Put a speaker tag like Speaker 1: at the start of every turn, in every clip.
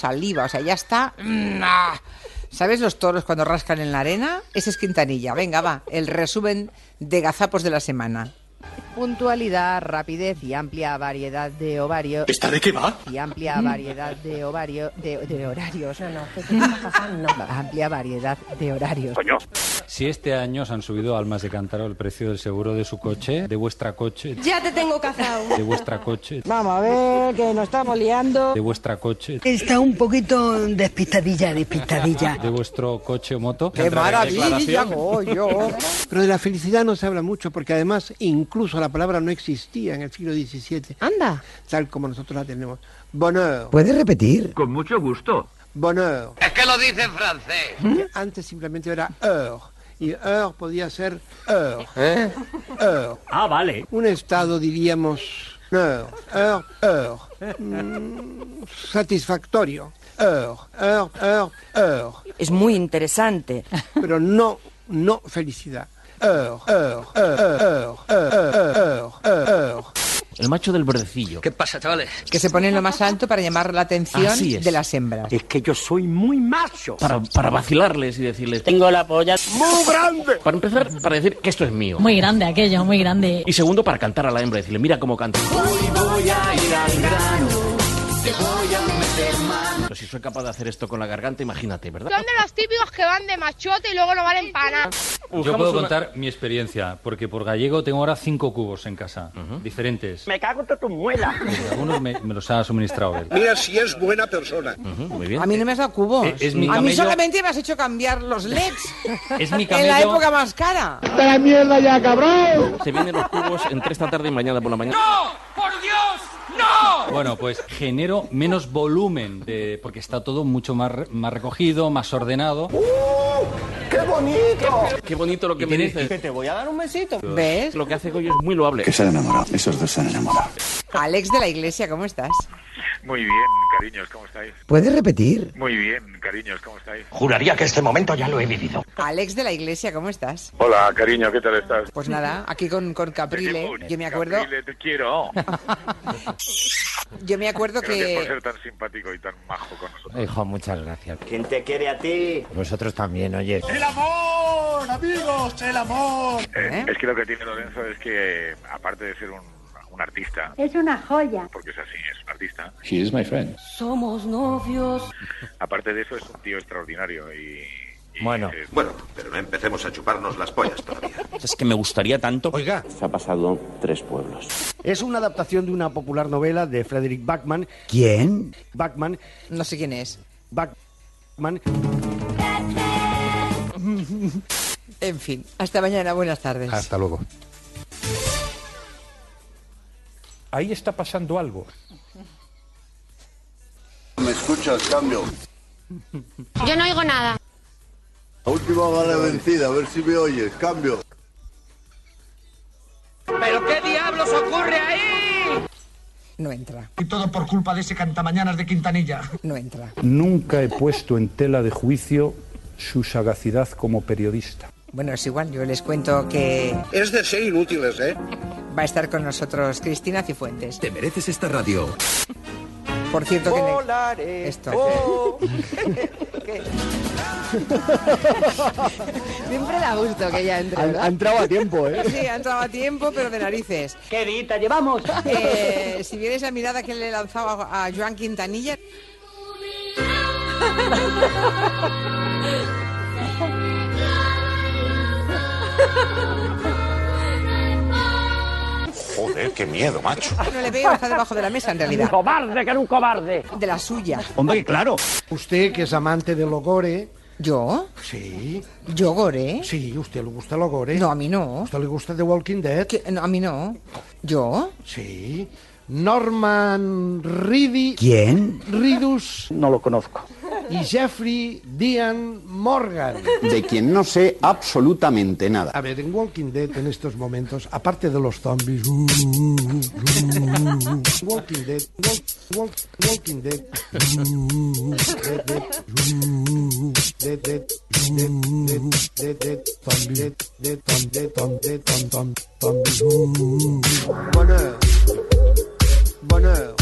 Speaker 1: saliva, o sea, ya está. Mm, ah. ¿Sabes los toros cuando rascan en la arena? Ese es Quintanilla. Venga, va, el resumen de gazapos de la semana.
Speaker 2: Puntualidad, rapidez y amplia variedad de ovario.
Speaker 3: ¿Esta de qué va?
Speaker 2: Y amplia variedad de ovario. de, de horarios. No, no, Amplia variedad de horarios.
Speaker 3: Coño.
Speaker 4: Si este año os han subido almas de cántaro el precio del seguro de su coche, de vuestra coche,
Speaker 5: Ya te tengo cazado.
Speaker 4: de vuestra coche,
Speaker 6: Vamos a ver, que nos estamos liando.
Speaker 4: de vuestra coche,
Speaker 7: Está un poquito despistadilla, despistadilla.
Speaker 4: de vuestro coche o moto.
Speaker 8: Eh,
Speaker 1: ¡Qué maravilla! Goyo!
Speaker 9: Pero de la felicidad no se habla mucho porque además incluso la palabra no existía en el siglo XVII,
Speaker 2: Anda.
Speaker 9: tal como nosotros la tenemos. Bonheur,
Speaker 7: ¿Puedes repetir?
Speaker 3: Con mucho gusto.
Speaker 9: bonheur. Es que lo dice en francés. Antes simplemente era heure y heure podía ser heure. Heure.
Speaker 4: Ah, vale.
Speaker 9: Un estado diríamos heure, heure, heure. Mm, satisfactorio. Heure, heure, heure, heure.
Speaker 5: Es muy interesante.
Speaker 9: Pero no, no felicidad. Heure, heure, heure, heure, heure, heure, heure, heure.
Speaker 8: El macho del bordecillo.
Speaker 3: ¿Qué pasa, chavales?
Speaker 1: Que se pone en lo más alto para llamar la atención
Speaker 8: Así es.
Speaker 1: de las hembras.
Speaker 3: Es que yo soy muy macho.
Speaker 8: Para, para vacilarles y decirles, tengo la polla muy grande. Para empezar, para decir que esto es mío.
Speaker 10: Muy grande aquello, muy grande.
Speaker 8: Y segundo, para cantar a la hembra y decirle, mira cómo canta. Pero si soy capaz de hacer esto con la garganta, imagínate, ¿verdad?
Speaker 5: Son de los típicos que van de machote y luego no valen para
Speaker 4: Yo puedo contar mi experiencia, porque por gallego tengo ahora cinco cubos en casa, diferentes.
Speaker 3: Me cago en tu muela.
Speaker 4: Algunos me, me los ha suministrado él.
Speaker 3: Mira si es buena persona.
Speaker 8: Ujú, muy bien.
Speaker 1: A mí no me has dado cubos.
Speaker 4: Eh, es mi
Speaker 1: a mí
Speaker 4: camello-
Speaker 1: solamente me has hecho cambiar los LEDs.
Speaker 4: Es mi
Speaker 1: En la
Speaker 4: camello-
Speaker 1: época más cara.
Speaker 8: Se vienen los cubos entre esta tarde y mañana por la mañana.
Speaker 4: Bueno, pues genero menos volumen, de, porque está todo mucho más, re- más recogido, más ordenado.
Speaker 8: Uh, Qué bonito lo que me dices.
Speaker 1: ¿Ves?
Speaker 8: Lo que hace Goyo es muy loable.
Speaker 3: se han enamorado. Esos dos se han enamorado.
Speaker 1: Alex de la Iglesia, ¿cómo estás?
Speaker 11: Muy bien, cariños, ¿cómo estáis?
Speaker 7: ¿Puedes repetir?
Speaker 11: Muy bien, cariños, ¿cómo estáis?
Speaker 3: Juraría que este momento ya lo he vivido.
Speaker 1: Alex de la Iglesia, ¿cómo estás?
Speaker 11: Hola, cariño, ¿qué tal estás?
Speaker 1: Pues nada, aquí con, con Caprile, yo me acuerdo,
Speaker 11: Caprile, te quiero.
Speaker 1: yo me acuerdo
Speaker 11: Gracias por
Speaker 1: que
Speaker 11: ser tan simpático y tan majo con nosotros.
Speaker 8: Hijo, muchas gracias.
Speaker 3: ¿Quién te quiere a ti?
Speaker 8: Vosotros también, oye.
Speaker 1: ¿eh?
Speaker 11: Es que lo que tiene Lorenzo es que, aparte de ser un, un artista,
Speaker 5: Es una joya.
Speaker 11: porque es así, es un artista,
Speaker 5: Somos novios.
Speaker 11: aparte de eso es un tío extraordinario y... y-
Speaker 8: Bueno.
Speaker 11: eh,
Speaker 3: Bueno, pero no empecemos a chuparnos las pollas todavía.
Speaker 8: Es que me gustaría tanto. Oiga.
Speaker 3: Se ha pasado tres pueblos.
Speaker 6: Es una adaptación de una popular novela de Frederick Bachman.
Speaker 7: ¿Quién?
Speaker 6: Bachman,
Speaker 1: no sé quién es.
Speaker 6: Bachman.
Speaker 1: En fin, hasta mañana, buenas tardes.
Speaker 9: luego.
Speaker 4: Ahí está pasando algo.
Speaker 3: ¿Me escuchas, cambio?
Speaker 5: Yo no oigo nada.
Speaker 3: La última bala vencida, a ver si me oyes, cambio.
Speaker 1: No entra,
Speaker 6: Y todo por culpa de ese cantamañanas de Quintanilla.
Speaker 1: no entra.
Speaker 4: Nunca he puesto en tela de juicio su sagacidad como periodista.
Speaker 1: Bueno, es igual, yo les cuento que
Speaker 3: Es de ser inútiles, ¿eh?
Speaker 1: va a estar con nosotros Cristina Cifuentes.
Speaker 8: Te mereces esta radio.
Speaker 1: Por cierto que... ne- Esto.
Speaker 6: Oh.
Speaker 2: Siempre da gusto que ella entre,
Speaker 9: Ha
Speaker 2: ¿verdad?
Speaker 9: entrado a tiempo, ¿eh?
Speaker 1: Sí, ha entrado a tiempo, pero de narices.
Speaker 6: ¿Qué dita llevamos?
Speaker 1: Eh, si vieres la mirada que le lanzaba a Joan Quintanilla,
Speaker 3: Joder, qué miedo, macho.
Speaker 1: no le veo, está debajo de la mesa en realidad.
Speaker 6: ¡Cobarde, que era un cobarde!
Speaker 1: De la suya.
Speaker 8: Hombre, claro.
Speaker 9: Usted, que es amante de Logore.
Speaker 1: ¿Yo?
Speaker 9: Sí,
Speaker 1: ¿Yo gore?
Speaker 9: sí, usted le gusta Logore.
Speaker 1: No, a mí no.
Speaker 9: ¿Usted le gusta The Walking Dead?
Speaker 1: ¿Qué? No, a mí no. ¿Yo?
Speaker 9: Sí. Norman Reedy.
Speaker 7: ¿Quién?
Speaker 9: Ridus
Speaker 3: No lo conozco.
Speaker 9: y Jeffrey Dean Morgan.
Speaker 3: De quien no sé absolutamente nada.
Speaker 9: A ver, en Walking Dead en estos momentos, aparte de los zombies. uh, uh, uh, uh, Walking Dead. Walk- walk- walking Dead. uh, Dead, dead, uh, Dead, dead, dead, dead, dead, dead, zombie, dead, dead, zom- dead, zom- dead, zom- zom- zombies, uh, uh. Bonheur. Bonheur.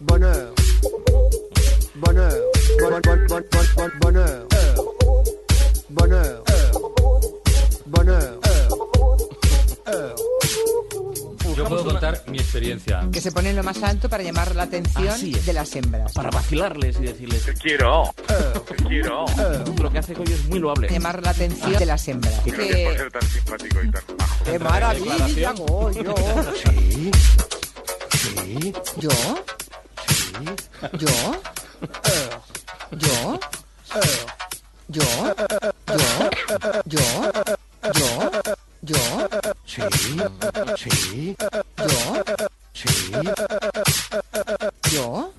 Speaker 9: Bonheur.
Speaker 10: bon- bon- bon- bon- bon- bonheur. Bonheur. Bonheur.
Speaker 4: Yo puedo contar mi experiencia.
Speaker 1: Que se pone en lo más alto para llamar la atención
Speaker 4: Así
Speaker 1: de las hembras.
Speaker 8: Para vacilarles y decirles... Te
Speaker 11: quiero. Te quiero.
Speaker 8: Lo que hace Goyo es muy loable.
Speaker 1: Llamar la atención de las hembras.
Speaker 11: Gracias por ser tan simpático y tan majo.
Speaker 1: ¡Qué maravilla, Goyo!
Speaker 6: Sí. Sí.
Speaker 1: ¿Yo? ¿Yo? ¿Yo? ¿Yo? ¿Yo? ¿Yo? ¿Yo? ¿Yo?
Speaker 6: Sí. Sí.
Speaker 1: ¿Yo?
Speaker 6: Sí.
Speaker 1: ¿Yo?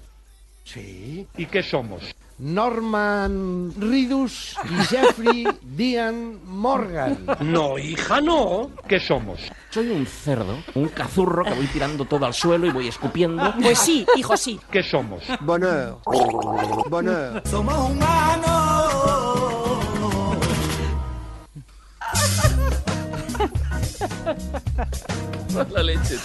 Speaker 6: Sí.
Speaker 4: ¿Y qué somos?
Speaker 6: Norman Ridus y Jeffrey Dean Morgan.
Speaker 8: No, hija, no.
Speaker 4: ¿Qué somos?
Speaker 8: Soy un cerdo, un cazurro que voy tirando todo al suelo y voy escupiendo.
Speaker 12: Pues sí, hijo, sí.
Speaker 4: ¿Qué somos?
Speaker 10: Bonheur. Bonheur.
Speaker 12: Somos humanos.
Speaker 8: La leche.